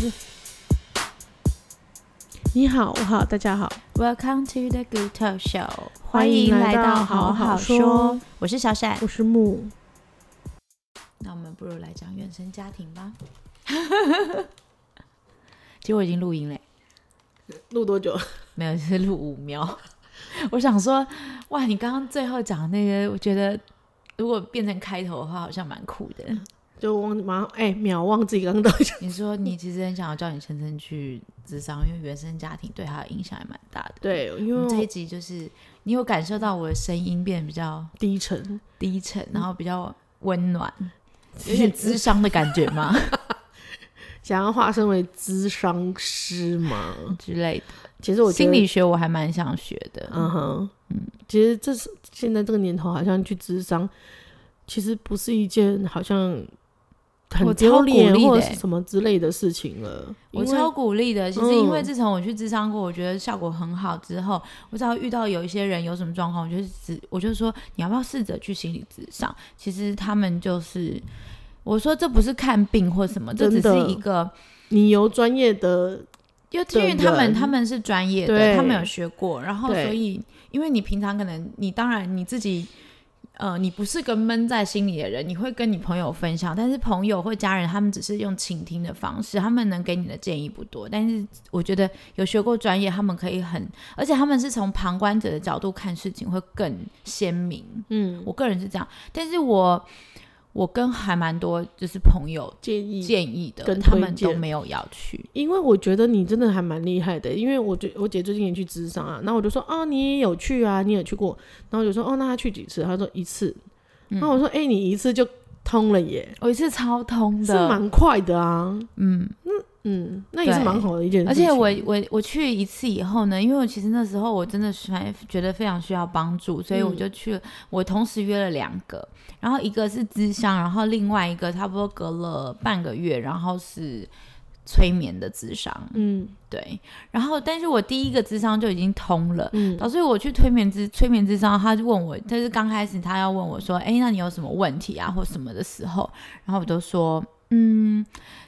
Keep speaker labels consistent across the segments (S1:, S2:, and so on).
S1: 是你好，我好，大家好，
S2: Welcome to the Good Talk Show，
S1: 欢迎来到好好说。
S2: 我是小闪，
S1: 我是木。
S2: 那我们不如来讲原生家庭吧。 其实我已经录音嘞，
S1: 录多久？
S2: 没有，就是录五秒。 我想说，哇，你刚刚最后讲的那个，我觉得如果变成开头的话，好像蛮酷的。
S1: 就忘马上哎，秒忘自己刚刚到底讲。
S2: 你说你其实很想要叫你先生去智商，因为原生家庭对他的影响也蛮大的。
S1: 对，因
S2: 我
S1: 为
S2: 们这一
S1: 我
S2: 集就是你有感受到我的声音变得比较
S1: 低沉，
S2: 低
S1: 嗯
S2: 沉，然后比较温暖，有点智商的感觉吗
S1: 想要化身为咨商师嘛？
S2: 之类的？
S1: 嗯其实我觉得
S2: 心理，学我还蛮想学的。
S1: 嗯哼，其实这是现在这个年头，好像去咨商，其实不是一件好像很
S2: 我超
S1: 丢脸
S2: 鼓励的
S1: 或者
S2: 欸
S1: 是什么之类的事情了。
S2: 我
S1: 因为
S2: 超鼓励的，其实因为
S1: 嗯
S2: 自从我去智商过，我觉得效果很好之后，我只要遇到有一些人有什么状况，我就是只我就说你要不要试着去心理智商？其实他们就是我说这不是看病或什么，这只
S1: 真的
S2: 是一个
S1: 你由专业的
S2: 因为因为他
S1: 人
S2: 们他们是专业
S1: 对
S2: 的，他们有学过，然后
S1: 对
S2: 所以因为你平常可能你当然你自己。呃，你不是个闷在心里的人，你会跟你朋友分享，但是朋友或家人他们只是用倾听的方式，他们能给你的建议不多。但是我觉得有学过专业，他们可以很，而且他们是从旁观者的角度看事情，会更鲜明。
S1: 嗯
S2: 我个人是这样，但是我我跟还蛮多就是朋友
S1: 建议
S2: 建议的，
S1: 跟
S2: 他
S1: 推
S2: 们都
S1: 荐
S2: 没有要去。
S1: 因为我觉得你真的还蛮厉害的，因为我觉我姐最近也去智商啊，然后我就说啊，你也有去啊，你也去过，然后我就说哦，那她去几次？她说一次，然
S2: 嗯
S1: 后我说哎、你一次就通了耶，
S2: 我一次超通
S1: 是
S2: 的，
S1: 蛮快的啊，
S2: 嗯，
S1: 嗯，那也是
S2: 对
S1: 蛮好的一件事
S2: 而且
S1: 情。
S2: 我我我去一次以后呢，因为我其实那时候我真的是还觉得非常需要帮助，所以我
S1: 嗯
S2: 就去了，我同时约了两个，然后一个是咨商，然后另外一个差不多隔了半个月，然后是催眠的咨商，
S1: 嗯
S2: 对，然后但是我第一个咨商就已经通了。
S1: 嗯
S2: 导致我去催眠之催眠之上，他就问我，就是刚开始他要问我说，哎、那你有什么问题啊，或什么的时候，然后我都说，嗯，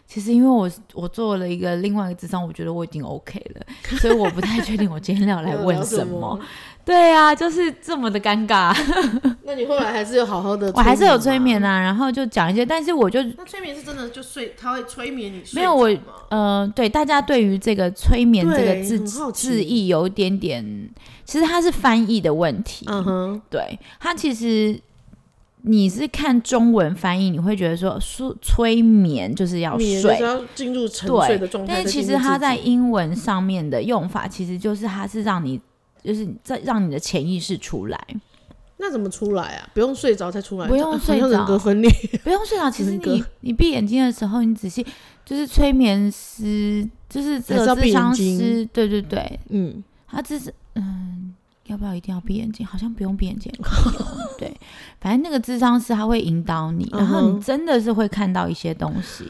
S2: 其实因为我我做了一个另外一个智商，我觉得我已经 OK 了，所以我不太确定我今天要来问 什么。？对啊，就是这么的尴尬。
S1: 那你后来还是有好好的，
S2: 我还是有催眠。啊，然后就讲一些，但是我就
S1: 那催眠是真的就睡，他会催眠你
S2: 没有我呃，对大家对于这个催眠这个
S1: 对
S2: 字
S1: 很好奇
S2: 字义有一点点，其实它是翻译的问题。
S1: 嗯哼，
S2: 对，它其实你是看中文翻译，你会觉得说说催眠就是要
S1: 你
S2: 睡，
S1: 要进入沉
S2: 对
S1: 睡的状态。
S2: 但是
S1: 再
S2: 其
S1: 进
S2: 实
S1: 入
S2: 它
S1: 自
S2: 在
S1: 己
S2: 英文上面的用法，其实就是它是让你。就是在让你的潜意识出来，
S1: 那怎么出来啊？不用睡着再出来，啊
S2: 不用
S1: 好像
S2: 睡着
S1: 人格分裂。
S2: 不用 睡着。啊其实
S1: 人格
S2: 你你闭眼睛的时候，你仔细就是催眠师，就是这
S1: 还是
S2: 个
S1: 要闭
S2: 智
S1: 眼
S2: 商
S1: 睛
S2: 师，对对对，
S1: 嗯，
S2: 他只是嗯，要不要一定要闭眼睛？好像不用闭 眼睛。对，反正那个智商是他会引导你，然后
S1: 嗯
S2: 你
S1: 哼
S2: 真的是会看到一些东西。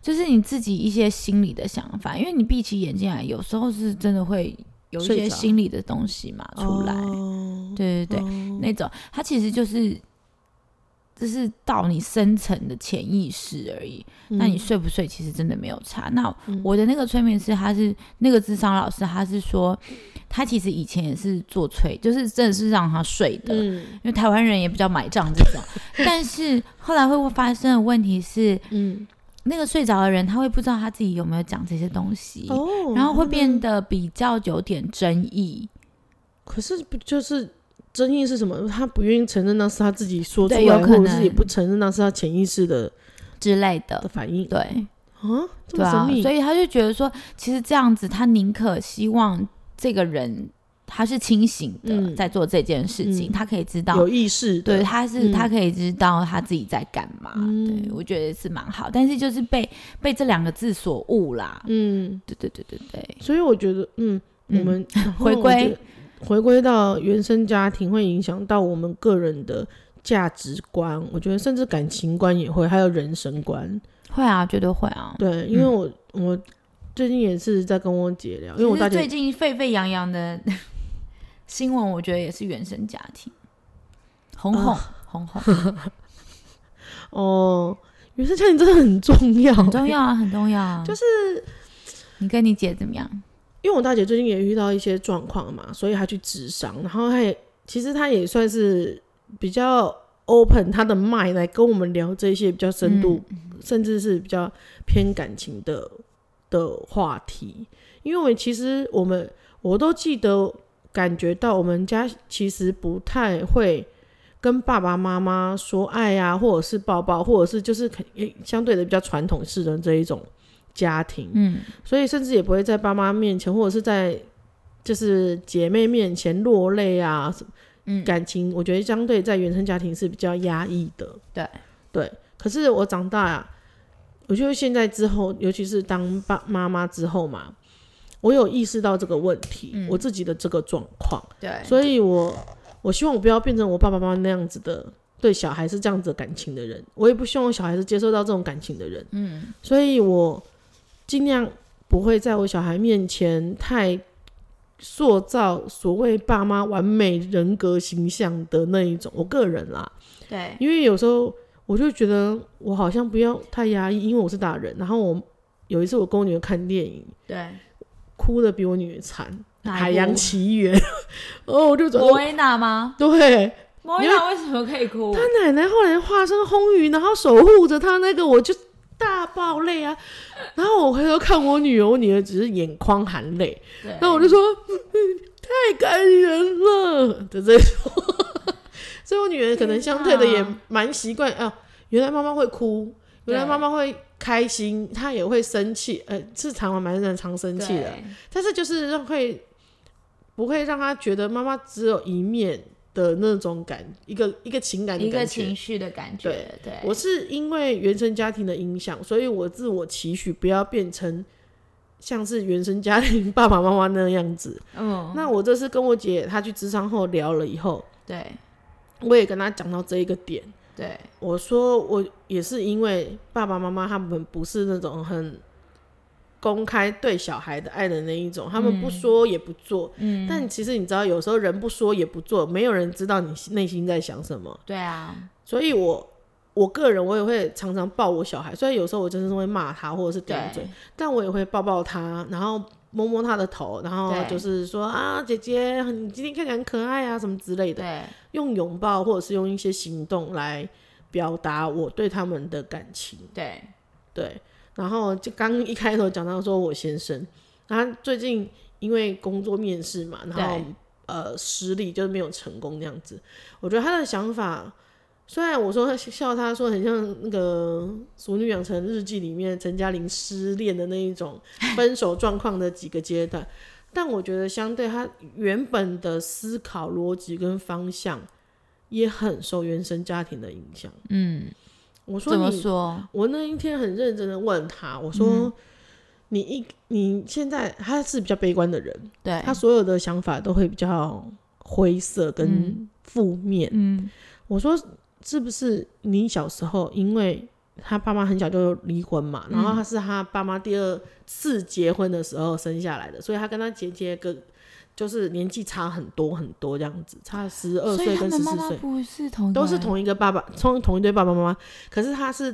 S2: 就是你自己一些心理的想法，因为你闭起眼睛来，有时候是真的会有一
S1: 睡
S2: 些
S1: 着
S2: 心理的东西嘛出来。
S1: 哦
S2: 对对对，
S1: 哦
S2: 那种，它其实就是就是到你深层的潜意识而已。那你
S1: 嗯
S2: 睡不睡其实真的没有差。那
S1: 嗯
S2: 我的那个催眠师，他是那个智商老师，他是说他其实以前也是做催，就是真的是让他睡的，因
S1: 嗯
S2: 为台湾人也比较买账这 种。但是后来会发生的问题是，
S1: 嗯
S2: 那个睡着的人他会不知道他自己有没有讲这些东西，
S1: 哦
S2: 然后会变
S1: 得，
S2: 得比较有点争议。
S1: 可是不就是争议是什么？他不愿意承认那是他自己说出
S2: 对有
S1: 来，
S2: 可
S1: 或
S2: 能
S1: 者是也不承认那是他潜意识的
S2: 之类
S1: 的
S2: 的，
S1: 反应
S2: 对，
S1: 啊，这
S2: 对
S1: 么
S2: 啊
S1: 神，秘
S2: 所以他就觉得说，其实这样子，他宁可希望这个人他是清醒的，
S1: 嗯
S2: 在做这件事情，
S1: 嗯
S2: 他可以知道
S1: 有，意识的，
S2: 对，他是、
S1: 嗯
S2: 他可以知道他自己在干嘛。
S1: 嗯
S2: 对我觉得是蛮好，但是就是被被这两个字所误啦。
S1: 嗯，
S2: 对对对对对，
S1: 所以我觉得，嗯，我
S2: 嗯
S1: 们
S2: 回
S1: 我觉
S2: 归
S1: 得回归到原生家庭，会影响到我们个人的价值观，我觉得甚至感情观也会，还有人生观。
S2: 会啊，绝对会啊。
S1: 对，因为我、我最近也是在跟我姐聊，因为我
S2: 其实
S1: 大姐
S2: 最近沸沸扬扬的 新闻，我觉得也是原生
S1: 啊
S2: 家庭，红红、红红，
S1: 哦，原生家庭真的很重要、
S2: 很重要啊，很重要啊。
S1: 就是
S2: 你跟你姐怎么样？
S1: 因为我大姐最近也遇到一些状况嘛，所以她去智商，然后她也其实她也算是比较 open 她的 mind 来跟我们聊这些比较深
S2: 嗯
S1: 度，甚至是比较偏感情的的话题。因为我其实我们我都记得感觉到我们家其实不太会。跟爸爸妈妈说爱呀、或者是抱抱，或者是就是肯也相对的比较传统式的这一种家庭，
S2: 嗯，
S1: 所以甚至也不会在爸妈面前，或者是在就是姐妹面前落泪啊。什么
S2: 嗯
S1: 感情我觉得相对在原生家庭是比较压抑的。
S2: 对
S1: 对，可是我长大啊，我觉得现在之后，尤其是当爸妈妈之后嘛，我有意识到这个问题，
S2: 嗯
S1: 我自己的这个状况，
S2: 对，
S1: 所以我我希望我不要变成我爸爸妈妈那样子的。对小孩是这样子的感情的人，我也不希望我小孩是接受到这种感情的人。
S2: 嗯，
S1: 所以我尽量不会在我小孩面前太塑造所谓爸妈完美人格形象的那一种。我个人啦，
S2: 对，
S1: 因为有时候我就觉得我好像不要太压抑，因为我是大人。然后我有一次我跟我女儿看电影，
S2: 对。
S1: 哭的比我女儿惨，《
S2: 哪一
S1: 海洋
S2: 部
S1: 奇缘》 哦，我就觉
S2: 莫
S1: 得
S2: 维娜吗？
S1: 对。
S2: 莫维娜为什么可以哭？
S1: 他奶奶后来化身红鱼，然后守护着他那个，我就大爆泪啊！然后我回头看我女儿，我女儿只是眼眶含泪，
S2: 对
S1: 那我就说、嗯太感人了的这种。所以我女儿可能相对的也
S2: 天哪
S1: 蛮习惯啊，原来妈妈会哭，
S2: 对
S1: 原来妈妈会开心，她也会生气，呃，是常蛮蛮常生气的，
S2: 对
S1: 但是就是让会不会让她觉得妈妈只有一面的那种感，一个一个情感的
S2: 一个
S1: 感觉
S2: 情。绪的感觉，对，
S1: 我是因为原生家庭的影响，所以我自我期许不要变成像是原生家庭爸爸妈妈那样子。
S2: 嗯，
S1: 那我这次跟我姐她去咨商后聊了以后，
S2: 对
S1: 我也跟她讲到这一个点，
S2: 对
S1: 我说我也是因为爸爸妈妈他们不是那种很公开对小孩的爱的那一种，他们
S2: 嗯
S1: 不说也不做。嗯，但其实你知道，有时候人不说也不做，没有人知道你内心在想什么。
S2: 对啊，
S1: 所以我我个人我也会常常抱我小孩，虽然有时候我真的是会骂他或者是顶嘴
S2: 对，
S1: 但我也会抱抱他，然后摸摸他的头，然后
S2: 对
S1: 就是说啊，姐姐，你今天看起来很可爱啊，什么之类的，
S2: 对
S1: 用拥抱或者是用一些行动来表达我对他们的感情。
S2: 对
S1: 对，然后就刚一开头讲到说我先生，他最近因为工作面试嘛，然后
S2: 对
S1: 呃失利就是没有成功那样子。我觉得他的想法，虽然我说笑他说很像那个《熟女养成日记》里面陈嘉玲失恋的那一 种分手状况的几个阶段，但我觉得相对他原本的思考逻辑跟方向。也很受原生家庭的影响。
S2: 嗯，
S1: 我说
S2: 怎么
S1: 你
S2: 说？
S1: 我那一天很认真的问他，我说：“
S2: 嗯
S1: 你一你现在他是比较悲观的人，
S2: 对，
S1: 他所有的想法都会比较灰色跟负面。
S2: 嗯，
S1: 我说：“是不是你小时候因为？”他爸妈很小就离婚嘛，
S2: 嗯
S1: 然后他是他爸妈第二次结婚的时候生下来的，所以他跟他姐姐跟就是年纪差很多很多这样子，差十二
S2: 所
S1: 岁
S2: 以他
S1: 跟十
S2: 们妈
S1: 四
S2: 妈
S1: 岁。
S2: 不是同一个
S1: 都是
S2: 人
S1: 同一个爸爸，同同一对爸爸妈妈。可是他是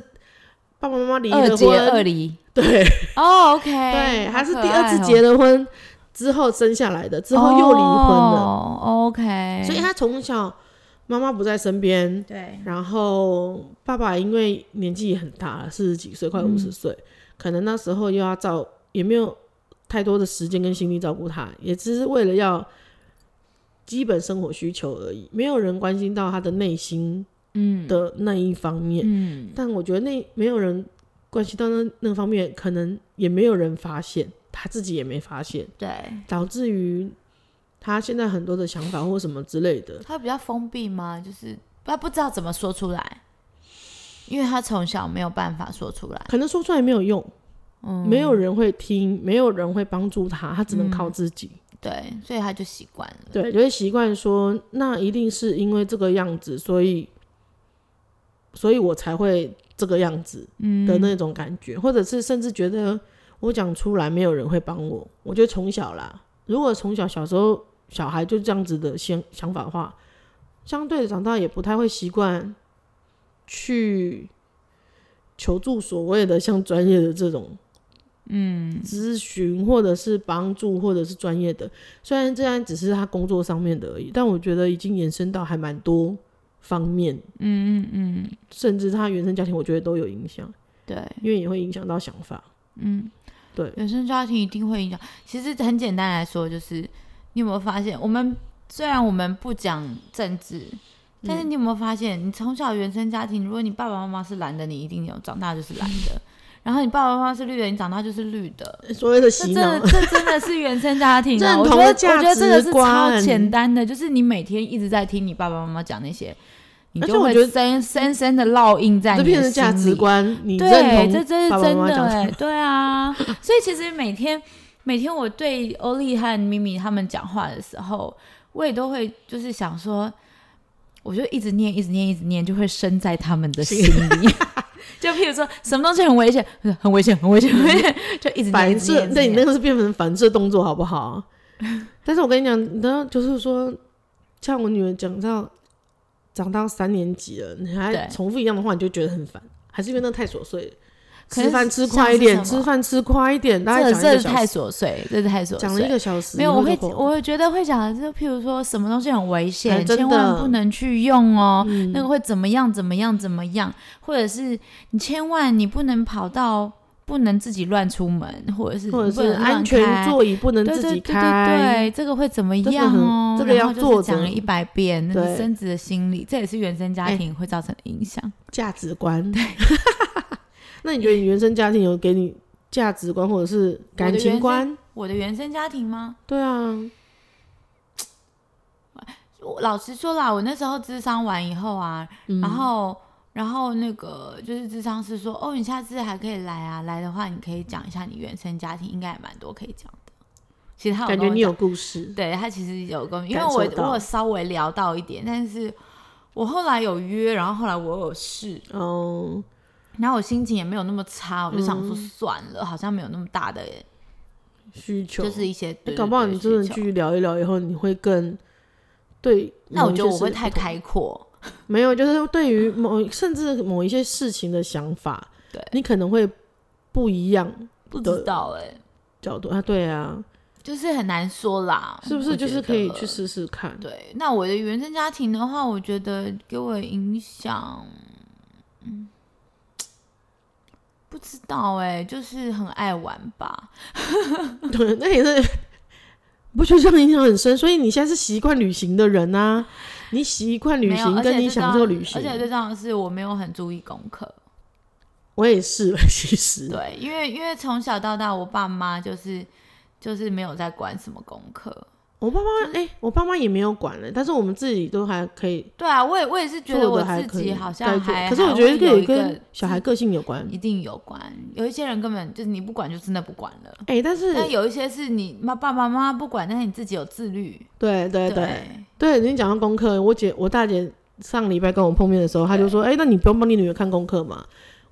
S1: 爸爸妈妈离
S2: 二
S1: 了
S2: 结
S1: 婚，
S2: 二离
S1: 对
S2: 哦，OK，
S1: 对，他
S2: 好
S1: 是
S2: 可
S1: 第二次
S2: 爱哦
S1: 结了婚之后生下来的，之后又离婚了，
S2: 哦，OK，
S1: 所以他从小妈妈不在身边，
S2: 对
S1: 然后爸爸因为年纪也很大了，四十几岁，快五
S2: 嗯
S1: 十岁，可能那时候又要照，也没有太多的时间跟心力照顾他，也只是为了要基本生活需求而已，没有人关心到他的内心
S2: 嗯
S1: 的那一方面。
S2: 嗯，
S1: 但我觉得那没有人关系到那那方面，可能也没有人发现，他自己也没发现，
S2: 对，
S1: 导致于他现在很多的想法或什么之类的。
S2: 他比较封闭吗？就是他不知道怎么说出来，因为他从小没有办法说出来，
S1: 可能说出来没有用，
S2: 嗯，
S1: 没有人会听，没有人会帮助他，他只能靠自己。
S2: 对，所以他就习惯了，
S1: 对，就会习惯说，那一定是因为这个样子，所以，所以我才会这个样子的那种感觉，或者是甚至觉得我讲出来没有人会帮我。我觉得从小啦，如果从小小时候小孩就这样子的想想法的话，相对的长大也不太会习惯去求助所谓的像专业的这种，嗯，咨询或者是帮助或者是专业的，虽然这样只是他工作上面的而已，但我觉得已经延伸到还蛮多方面，嗯嗯嗯，甚至他原生家庭，我觉得都有影响，
S2: 对，
S1: 因为也会影响到想法，
S2: 嗯，
S1: 对
S2: 原生家庭一定会影响。其实很简单来说，就是你有没有发现，我们虽然我们不讲政治，但是你有没有发现，你从小原生家庭，如果你爸爸妈妈是蓝的，你一定有长大就是蓝的；然后你爸爸妈妈是绿的，你长大就是绿的。
S1: 所谓的
S2: 这
S1: 洗
S2: 真
S1: 脑
S2: 的，，这真的是原生家庭、啊。
S1: 认
S2: 我觉
S1: 同
S2: 得，我
S1: 价
S2: 觉得这个是
S1: 值观
S2: 超简单的，就是你每天一直在听你爸爸妈妈讲那些，你
S1: 而且
S2: 就
S1: 我
S2: 会
S1: 觉得
S2: 深深深的烙印在
S1: 这
S2: 你
S1: 变
S2: 的
S1: 成价
S2: 心
S1: 值
S2: 里。
S1: 观，你
S2: 对，
S1: 认
S2: 这
S1: 同
S2: 这是
S1: 爸爸
S2: 真
S1: 妈妈
S2: 的
S1: 讲什
S2: 哎、
S1: 么？
S2: 对啊。所以其实每天每天我对欧丽和咪咪他们讲话的时候，我也都会就是想说，我就一直念，一直念，一直念，就会生在他们的心里。 就譬如说什么东西很危险， 很危险，很危险，很危险，就一直念，一
S1: 反
S2: 直念
S1: 射，
S2: 一直
S1: 对你
S2: 念
S1: 那个是变成反射动作，好不 好？但是我跟你讲，你知道，就是说，像我女儿讲到长到三年级了，你还
S2: 对
S1: 重复一样的话，你就觉得很烦，还是因为那太琐碎了。
S2: 可
S1: 吃
S2: 是
S1: 饭吃
S2: 像
S1: 快
S2: 是
S1: 一点，
S2: 什么
S1: 吃饭吃快一点，大概
S2: 这
S1: 讲一
S2: 这
S1: 个
S2: 是
S1: 小
S2: 太
S1: 时，
S2: 琐碎，这是太琐
S1: 讲了一
S2: 碎。
S1: 个小时，
S2: 没有，
S1: 你
S2: 我会
S1: 就火
S2: 我会觉得会讲的，就譬如说什么东西很危
S1: 哎
S2: 险，
S1: 真
S2: 千万
S1: 的嗯
S2: 不能去用哦，那个会怎么样怎么样怎么样，或者是你千万你不能跑到不能自己乱出门，或者是
S1: 或者
S2: 你不
S1: 是
S2: 能乱
S1: 安全
S2: 开
S1: 座椅不能
S2: 对
S1: 自己
S2: 对对对
S1: 开，
S2: 对，这个会怎么
S1: 这个
S2: 样
S1: 很
S2: 哦？
S1: 这个
S2: 然
S1: 要
S2: 后就是
S1: 坐
S2: 讲
S1: 着
S2: 了一百遍，那
S1: 对
S2: 是生子的心理，这也是原生家
S1: 哎
S2: 庭会造成的影响。
S1: 价值观。那你觉得你原生家庭有给你价值观或者是感
S2: 的原
S1: 情
S2: 生
S1: 观？
S2: 我的原生家庭吗？
S1: 对啊，
S2: 我老实说啦，我那时候智商完以后啊，
S1: 嗯
S2: 然后然后那个就是智商是说，哦，你下次还可以来啊，来的话你可以讲一下你原生家庭，应该也蛮多可以讲的。其实他有
S1: 感
S2: 跟
S1: 觉
S2: 我
S1: 你
S2: 讲
S1: 有故事。
S2: 对他其实有跟我，因为
S1: 感受
S2: 我
S1: 到
S2: 我有稍微聊到一点，但是我后来有约，然后后来我有事，
S1: 哦，
S2: 然后我心情也没有那么差，我就想说
S1: 嗯
S2: 算了，好像没有那么大的，
S1: 需求
S2: 就是一些
S1: 欸
S2: 对
S1: 搞不好你真的，
S2: 对对需求
S1: 去聊一聊以后，你会更对。
S2: 那我觉得我会
S1: 某一些事
S2: 太开阔，
S1: 没有，就是对于某甚至某一些事情的想法，
S2: 对
S1: 你可能会不一样
S2: 不
S1: 对
S2: 知道哎、
S1: 角度啊。对啊，
S2: 就是很难说啦，
S1: 是不
S2: 哦我
S1: 是就是可以
S2: 觉得
S1: 去试试看？
S2: 对，那我的原生家庭的话，我觉得给我影响，嗯，不知道哎、就是很爱玩吧。
S1: 对，那也是。不就这样影响很深，所以你现在是习惯旅行的人啊，你习惯旅
S2: 没有
S1: 行，
S2: 而
S1: 跟
S2: 且
S1: 你
S2: 最重
S1: 享
S2: 要
S1: 受
S2: 的
S1: 旅
S2: 而
S1: 行，
S2: 且最重要的是，我没有很注意功课。
S1: 我也是，其实
S2: 对，因为因为从小到大，我爸妈就是就是没有在管什么功课。
S1: 我爸
S2: 嗯
S1: 妈哎、我爸妈也没有管了，但是我们自己都还可以
S2: 对啊，我也我也是觉得
S1: 做
S2: 我
S1: 得还
S2: 自
S1: 可
S2: 己
S1: 以
S2: 好
S1: 该
S2: 像
S1: 做
S2: 还
S1: 可是我
S2: 还
S1: 觉得
S2: 会
S1: 这
S2: 有
S1: 也
S2: 一个
S1: 跟小孩
S2: 自
S1: 个性有关。
S2: 一定有关，有一些人根本就是你不管就真的不管了。
S1: 哎、但是
S2: 但有一些是你妈爸爸妈妈不管，但是你自己有自律。
S1: 对对对对，你讲到功课，我姐我大姐上礼拜跟我碰面的时候，她就说：“哎、那你不用帮你女儿看功课嘛？”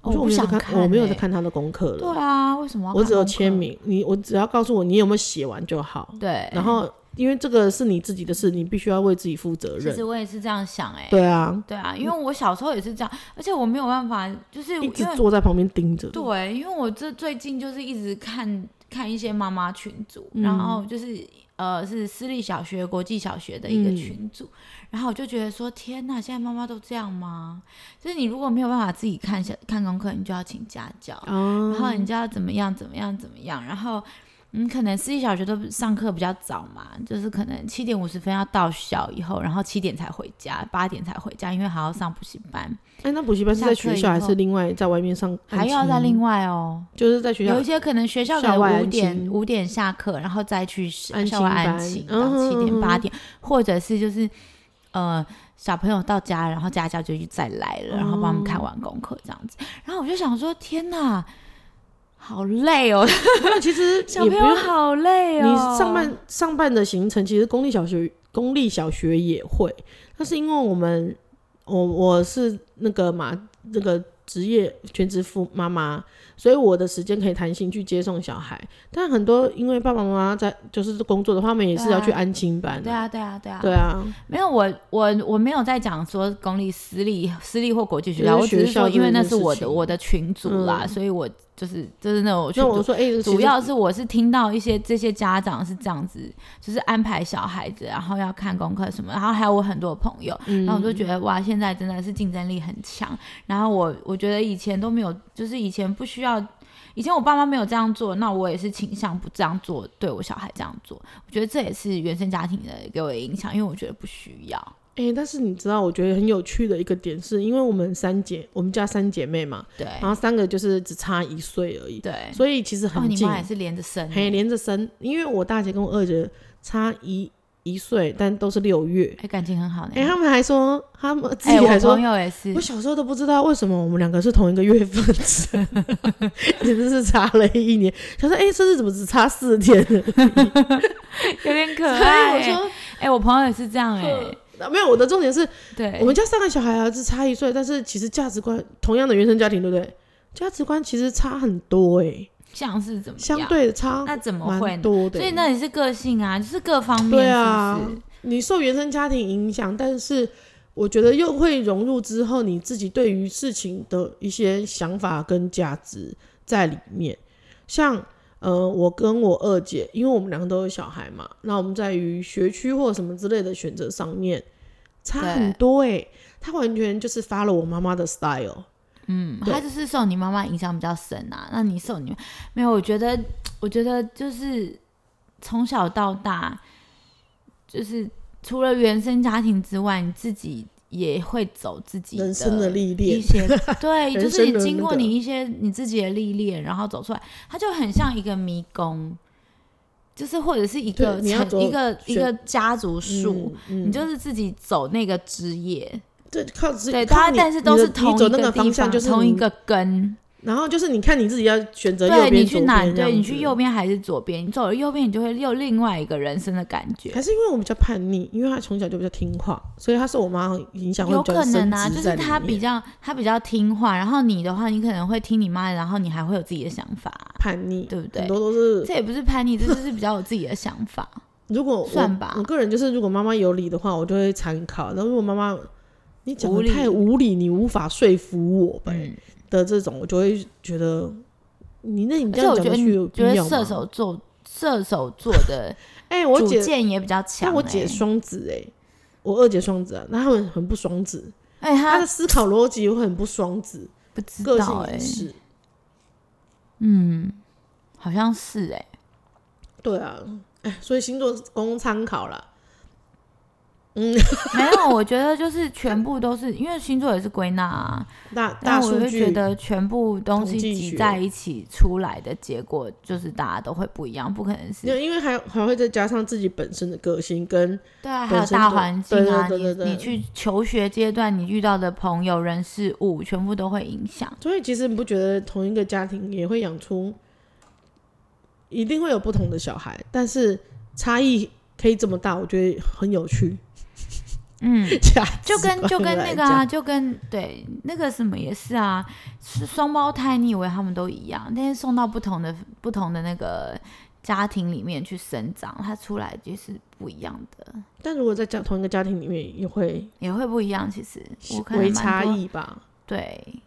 S1: 我
S2: 哦
S1: 说：“我没有
S2: 我不
S1: 在
S2: 想
S1: 看，
S2: 看
S1: 我没有在
S2: 欸
S1: 看她的功课了，
S2: 对啊，为什么要
S1: 我只有
S2: 看功课
S1: 签？名，你我只要告诉我你有没有写完就好。
S2: 对，
S1: 然后因为这个是你自己的事，你必须要为自己负责
S2: 其
S1: 任
S2: 实。我也是这样想哎、
S1: 对啊，
S2: 对啊，因为我小时候也是这样，而且我没有办法，就是
S1: 一
S2: 因
S1: 直
S2: 为
S1: 坐在旁边盯着。
S2: 对，啊因为我这最近就是一直看看一些妈妈群组，
S1: 嗯
S2: 然后就是呃是私立小学、国际小学的一个
S1: 嗯
S2: 群组，然后我就觉得说天呐，现在妈妈都这样吗？就是你如果没有办法自己看小看功课，你就要请家教。
S1: 啊
S2: 然，后你就要怎么样怎么样怎么样，然后你可能私立小学都上课比较早嘛，就是可能七点五十分要到校以后，然后七点才回家，八点才回家，因为还要上补习班，
S1: 哎、那补习班是在
S2: 下课
S1: 学
S2: 以
S1: 校还
S2: 后
S1: 是另外在外面上？
S2: 还要在另，外哦。
S1: 就是在学校
S2: 有一些可能学校可
S1: 校外
S2: 能五
S1: 安
S2: 点
S1: 亲
S2: 五点下课，然后再去
S1: 安
S2: 校外
S1: 亲
S2: 安
S1: 班
S2: 亲
S1: 嗯
S2: 到七
S1: 嗯
S2: 点
S1: 嗯
S2: 八点，或者是就是呃小朋友到家，然后家教就去再来了，然后帮我
S1: 哦
S2: 们看完功课这样子。然后我就想说，天哪，好累哦，
S1: 那其实
S2: 小
S1: 也
S2: 朋
S1: 不
S2: 友
S1: 用
S2: 好累哦。
S1: 你上半上半的行程，其实公立小学公立小呃学也会，但是因为我们我我是那个马那个职业全职父妈妈，所以我的时间可以弹性去接送小孩。但很多因为爸爸妈妈在就是工作的话，他们也是要去安亲班、
S2: 对，啊，对啊，对啊，
S1: 对啊，
S2: 没有我我我没有在讲说公立、私立、私立或国际学
S1: 就
S2: 校，
S1: 是
S2: 我只
S1: 学
S2: 是
S1: 校
S2: 说因为
S1: 这
S2: 那
S1: 件
S2: 是
S1: 事
S2: 我的
S1: 情
S2: 我的群组啦，
S1: 嗯
S2: 所以我就是就是那种群
S1: 那我
S2: 组。
S1: 说，哎、其
S2: 主
S1: 实
S2: 要是我是听到一些这些家长是这样子，就是安排小孩子，然后要看功课什么，然后还有我很多朋友，
S1: 嗯，
S2: 然后我就觉得哇，现在真的是竞争力很强。然后我我觉得以前都没有，就是以前不需要，以前我爸妈没有这样做，那我也是倾向不这样做，对我小孩这样做。我觉得这也是原生家庭的给我的影响，因为我觉得不需要。
S1: 哎、但是你知道，我觉得很有趣的一个点是，因为我们三姐，我们家三姐妹嘛，
S2: 对
S1: 然后三个就是只差一岁而已，
S2: 对，
S1: 所以其实
S2: 哦，
S1: 嗯很
S2: 你
S1: 近，
S2: 妈也是连着生
S1: 还
S2: 欸，
S1: 连着生。因为我大姐跟我二姐差一一岁，但都是六月。
S2: 哎，感情很好呢
S1: 哎、。他们还说，他们自
S2: 哎，
S1: 己还
S2: 我
S1: 说
S2: 朋，友也是
S1: 我，小时候都不知道为什么我们两个是同一个月份 生，简直是差了一年。他说，哎、生日怎么只差四天？ 所以
S2: 有点可爱
S1: 我
S2: 欸。
S1: 说，
S2: 哎，我朋友也是这样哎
S1: 嗯。没有，我的重点是
S2: 对
S1: 我，们家三个小孩啊，只差一岁，但是其实价值观同样的原生家庭，对不对？价值观其实差很多哎、
S2: 像是怎么
S1: 相
S2: 样？
S1: 对差
S2: 那怎么会
S1: 蛮
S2: 呢？
S1: 多的欸、
S2: 所以那也是个性啊，就是各方面，
S1: 对
S2: 是
S1: 啊
S2: 不是？
S1: 你受原生家庭影响，但是我觉得又会融入之后你自己对于事情的一些想法跟价值在里面。像呃，我跟我二姐，因为我们两个都有小孩嘛，那我们在于学区或什么之类的选择上面差很多诶、她完全就是发了我妈妈的 style，
S2: 嗯，
S1: 对
S2: 他就是受你妈妈影响比较深啊。那你受你没有？我觉得，我觉得就是从小到大，就是除了原生家庭之外，你自己也会走自己
S1: 人生的历
S2: 一
S1: 练。
S2: 些， 对，就
S1: 人
S2: 是
S1: 生的
S2: 你经过
S1: 那个
S2: 你一些你自己的历练，然后走出来，它就很像一个迷宫，就是或者是一个
S1: 对你要
S2: 城
S1: 走
S2: 一个一
S1: 选
S2: 个家族树。
S1: 嗯
S2: 你就是自己走那个枝叶，
S1: 对，靠自己，
S2: 对，
S1: 靠
S2: 它
S1: 你
S2: 但是都
S1: 你
S2: 是
S1: 的
S2: 同
S1: 你
S2: 一
S1: 走那个
S2: 地
S1: 方
S2: 方，
S1: 向，就是
S2: 同一
S1: 你
S2: 个根。
S1: 然后就是你看你自己要选择右
S2: 对
S1: 边
S2: 你
S1: 左
S2: 去
S1: 边
S2: 哪？
S1: 这样
S2: 对你去
S1: 子
S2: 右边还是左边？你走了右边，你就会有另外一个人生的感觉
S1: 还。是因为我比较叛逆，因为他从小就比较听话，所以他受我妈影响会
S2: 有
S1: 比较
S2: 可能
S1: 深
S2: 啊，
S1: 植
S2: 就
S1: 在
S2: 是
S1: 里
S2: 他比
S1: 面
S2: 较他比较听话，然后你的话，你可能会听你妈的，然后你还会有自己的想法，
S1: 叛逆，
S2: 对不对
S1: 很多都是
S2: 这也不是叛逆，这就是比较有自己的想法。
S1: 如果我
S2: 算吧
S1: 我个人就是，如果妈妈有理的话，我就会参考；然后如果妈妈你讲
S2: 无
S1: 的
S2: 理
S1: 太无理，你无法说服我呗、
S2: 嗯，
S1: 的这种，我就会觉得你 那你
S2: 而
S1: 这
S2: 且
S1: 样
S2: 我
S1: 讲
S2: 觉
S1: 下
S2: 得
S1: 去有
S2: 你
S1: 必
S2: 觉得
S1: 要
S2: 射
S1: 吗
S2: 手座射手座的
S1: 哎、 我
S2: 主
S1: 姐
S2: 见也比较
S1: 但
S2: 强、欸。
S1: 我姐双子哎、我二姐双子啊，那他们很不双子，
S2: 哎，
S1: 她的
S2: 他
S1: 思考逻辑会很不双子，
S2: 不知
S1: 个
S2: 道
S1: 性
S2: 哎、
S1: 也是。
S2: 嗯，好像是哎、
S1: 对啊，哎，所以星座供参考啦。
S2: 没有，我觉得就是全部都是因为星座也是归纳、啊，
S1: 大
S2: 但
S1: 大
S2: 我
S1: 数
S2: 就觉
S1: 据，
S2: 得全部东西
S1: 统计
S2: 挤
S1: 学
S2: 在一起出来的结果，就是大家都会不一样，不可能
S1: 因
S2: 是
S1: 为因为还有还会再加上自己本身的个性跟
S2: 对啊，还
S1: 本
S2: 有
S1: 身
S2: 大
S1: 的
S2: 环
S1: 对
S2: 境啊，
S1: 对对对
S2: 你你
S1: 对
S2: 去求学阶段你遇到的朋友、人、事物，全部都会影响。
S1: 所以其实你不觉得同一个家庭也会养出，一定会有不同的小孩，但是差异可以这么大，我觉得很有趣。
S2: 嗯，
S1: 价
S2: 就
S1: 值
S2: 跟就
S1: 观
S2: 跟
S1: 来
S2: 那个啊，就跟对那个什么也是啊，是双胞胎，你以为他们都一样，但是送到不同的不同的那个家庭里面去生长，它出来就是不一样的，
S1: 讲，但如果在家同一个家庭里面，也会
S2: 也会不一样。其实我看
S1: 微
S2: 蛮多
S1: 差，异吧。
S2: 对，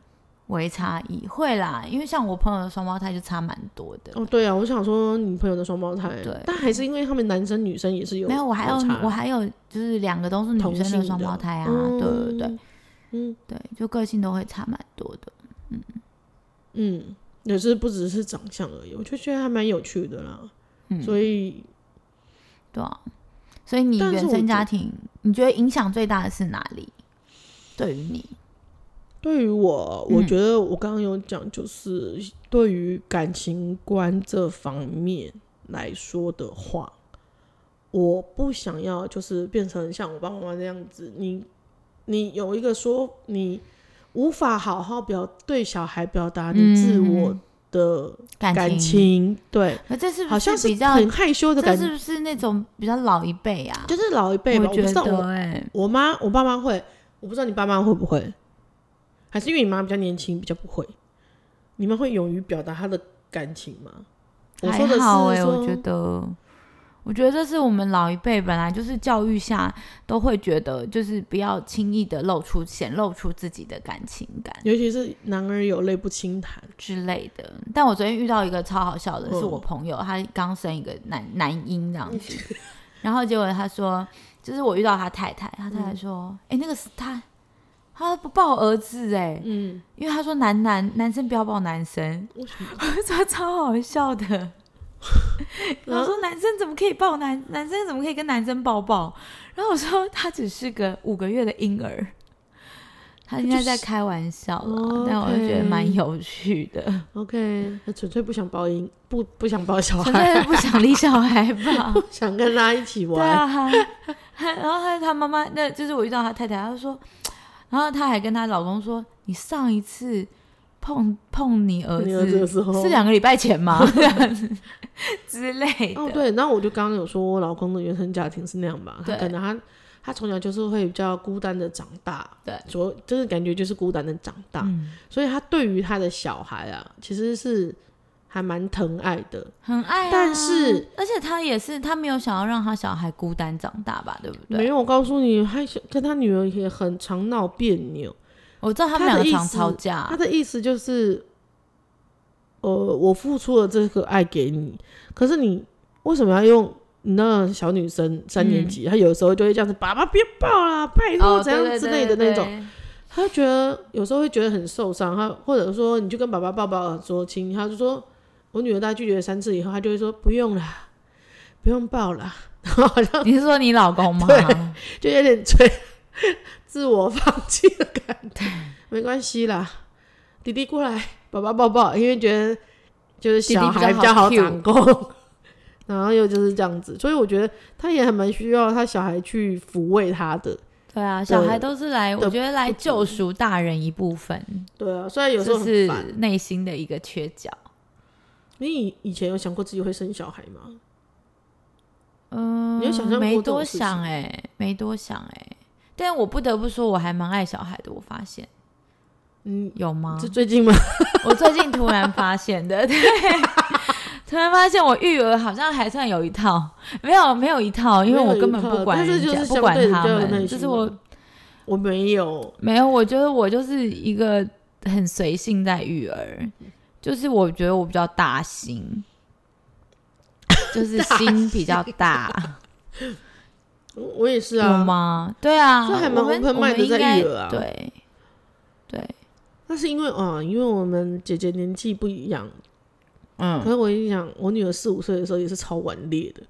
S2: 微差异会啦，因为像我朋友的双胞胎就差蛮多的。
S1: 哦，对啊，我想说你朋友的双胞胎
S2: 对，
S1: 但还是因为他们男生女生也是有
S2: 没有，我还有
S1: 差
S2: 我还有就是两个都是女
S1: 同
S2: 生
S1: 性
S2: 的
S1: 的
S2: 双胞胎啊，
S1: 嗯
S2: 对对对
S1: 嗯
S2: 对，就个性都会差蛮多的。
S1: 嗯，也是不只是长相而已，我就觉得还蛮有趣的啦。
S2: 嗯
S1: 所以
S2: 对啊，所以你
S1: 但是
S2: 原
S1: 我觉
S2: 生
S1: 得
S2: 家庭，你觉得影响最大的是哪里？对于你，
S1: 对于我，我
S2: 嗯
S1: 觉得我刚刚有讲，就是对于感情观这方面来说的话，我不想要就是变成像我爸爸妈妈那样子，你你有一个说你无法好好表对小孩表达你自我
S2: 嗯
S1: 的
S2: 感情，
S1: 感情，对，
S2: 那这是不
S1: 好像
S2: 是
S1: 是
S2: 比较，
S1: 很害羞的
S2: 这
S1: 感
S2: 是
S1: 觉，
S2: 不是那种比较老一辈啊？
S1: 就是老一辈吧，我
S2: 觉
S1: 不知道我
S2: 得哎、
S1: 我妈我爸妈会，我不知道你爸妈会不会。还是因为你妈比较年轻，比较不会？你们会勇于表达她的感情吗？我说的
S2: 还
S1: 是
S2: 好哎、
S1: 说，
S2: 我觉得，我觉得这是我们老一辈本来就是教育下都会觉得，就是不要轻易的露出显露出自己的感情感
S1: 尤其是男儿有泪不轻弹，
S2: 之类的。但我昨天遇到一个超好笑的，
S1: 嗯
S2: 是我朋友，他刚生一个男男婴这样子， 然后结果他说，就是我遇到他太太，他太
S1: 嗯
S2: 太说，哎、那个是他。他不抱儿子哎、
S1: 嗯，
S2: 因为他说男男男生不要抱男生，
S1: 为什么？
S2: 我 就觉得超好笑的。
S1: 然
S2: 我
S1: 后
S2: 说男生怎么可以抱男男生怎么可以跟男生抱抱？然后我说他只是个五个月的婴儿，他应该在开玩笑啦，
S1: 就是哦
S2: 但我就觉得
S1: OK
S2: 蛮有趣的，
S1: OK，他纯粹不想抱婴，不不想抱小
S2: 纯
S1: 孩，
S2: 粹是不想理小孩吧？
S1: 想跟他一起
S2: 对
S1: 玩。
S2: 啊，他然后他他妈妈那就是我遇到他太太，他就说，然后他还跟她老公说，你上一次碰碰你儿
S1: 你儿子的
S2: 子
S1: 时候
S2: 啊是两个礼拜前吗？ 这样子之类的，
S1: 哦，对，然后我就刚刚有说，我老公的原生家庭是那样吧，他
S2: 对
S1: 可能他他从小就是会比较孤单的长大，
S2: 对
S1: 所就是感觉就是孤单的长大，
S2: 嗯
S1: 所以他对于他的小孩啊，其实是还蛮疼爱的，
S2: 很爱、啊，
S1: 但是
S2: 而且他也是，他没有想要让他小孩孤单长大吧，对不
S1: 没
S2: 对？
S1: 有，我告诉你，他跟他女儿也很常闹别扭。
S2: 我知道他们
S1: 他的
S2: 两个
S1: 意
S2: 常
S1: 思
S2: 吵架
S1: 他，的意思就是，呃，我付出了这个爱给你，可是你为什么要用？你那小女生三年级，她有时候就会这样子，爸爸别抱啦，拜托
S2: 嗯哦，
S1: 怎样
S2: 对
S1: 之类的那。种，
S2: 对对对
S1: 她就觉得有时候会觉得很受伤，她或者说你就跟爸爸抱抱说亲，她就说我女儿大概拒绝三次以后，她就会说不用啦，不用抱啦， 然后好像
S2: 对你是说你老公吗？
S1: 就有点吹自我放弃的感觉。没关系啦，弟弟过来，宝宝抱抱，因为觉得就是小孩
S2: 弟弟
S1: 比
S2: 比较
S1: 较
S2: 好
S1: 好
S2: cue
S1: 掌控。 然后又就是这样子，所以我觉得他也还蛮需要他小孩去抚慰他的，
S2: 对啊，小孩都是来，我
S1: 的
S2: 觉得来救赎大人一部分，
S1: 对啊，虽然有时候
S2: 这
S1: 很
S2: 是
S1: 烦。
S2: 内心的一个缺角。
S1: 你以以前有想过自己会生小孩吗？
S2: 嗯，
S1: 你有想象过
S2: 没
S1: 这种
S2: 多
S1: 事情
S2: 想哎、没多想哎、但我不得不说，我还蛮爱小孩的。我发现
S1: 嗯，
S2: 有吗？
S1: 这最近吗？
S2: 我最近突然发现的，对，突然发现我育儿好像还算有一套，没有没有一套，因为我根本不管
S1: 没有
S2: 人
S1: 一套
S2: 家，
S1: 但是就是
S2: 不管
S1: 相对比
S2: 他
S1: 较有
S2: 们，
S1: 耐
S2: 就
S1: 心
S2: 是我
S1: 我没有，
S2: 没有，我觉得我就是一个很随性在育儿，就是我觉得我比较大心，就是心比较大，
S1: 我我也是
S2: 有
S1: 啊。
S2: 吗？对啊，
S1: 所以还蛮
S2: 我们
S1: open
S2: 我们
S1: mind 的
S2: 应
S1: 在
S2: 该
S1: 育儿啊
S2: 对对，
S1: 那是因为啊、因为我们姐姐年纪不一样，可
S2: 嗯，
S1: 是我跟你讲，我女儿四五岁的时候也是超顽劣的，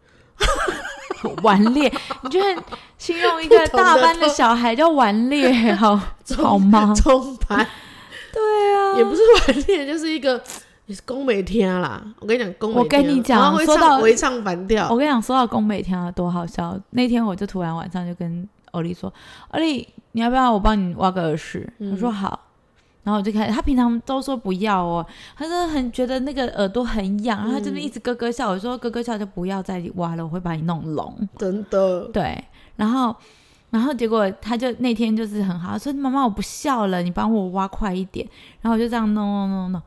S2: 顽劣，你觉得形容一个
S1: 不同的
S2: 大班的小孩叫顽劣，好好吗？
S1: 中盘
S2: 哦 对啊
S1: 也不是顽劣，就是一个也是宫美天啊啦。我跟你讲，宫美
S2: 我跟你讲
S1: 然后会
S2: 说到哦
S1: 唱会唱反调
S2: 我，跟你讲，说到宫美天啊，多好笑！那天我就突然晚上就跟欧丽说：“欧丽，你要不要我帮你挖个耳屎？”我
S1: 嗯
S2: 说：“好。”然后我就开始，他平常都说不要哦，他说很觉得那个耳朵很痒，然后他这边一直咯咯笑。我说：“咯咯笑就不要再挖了，我会把你弄聋。
S1: 真”的。
S2: 对，然后。然后结果他就那天就是很好，他说妈妈我不笑了，你帮我挖快一点。然后我就这样弄弄弄弄，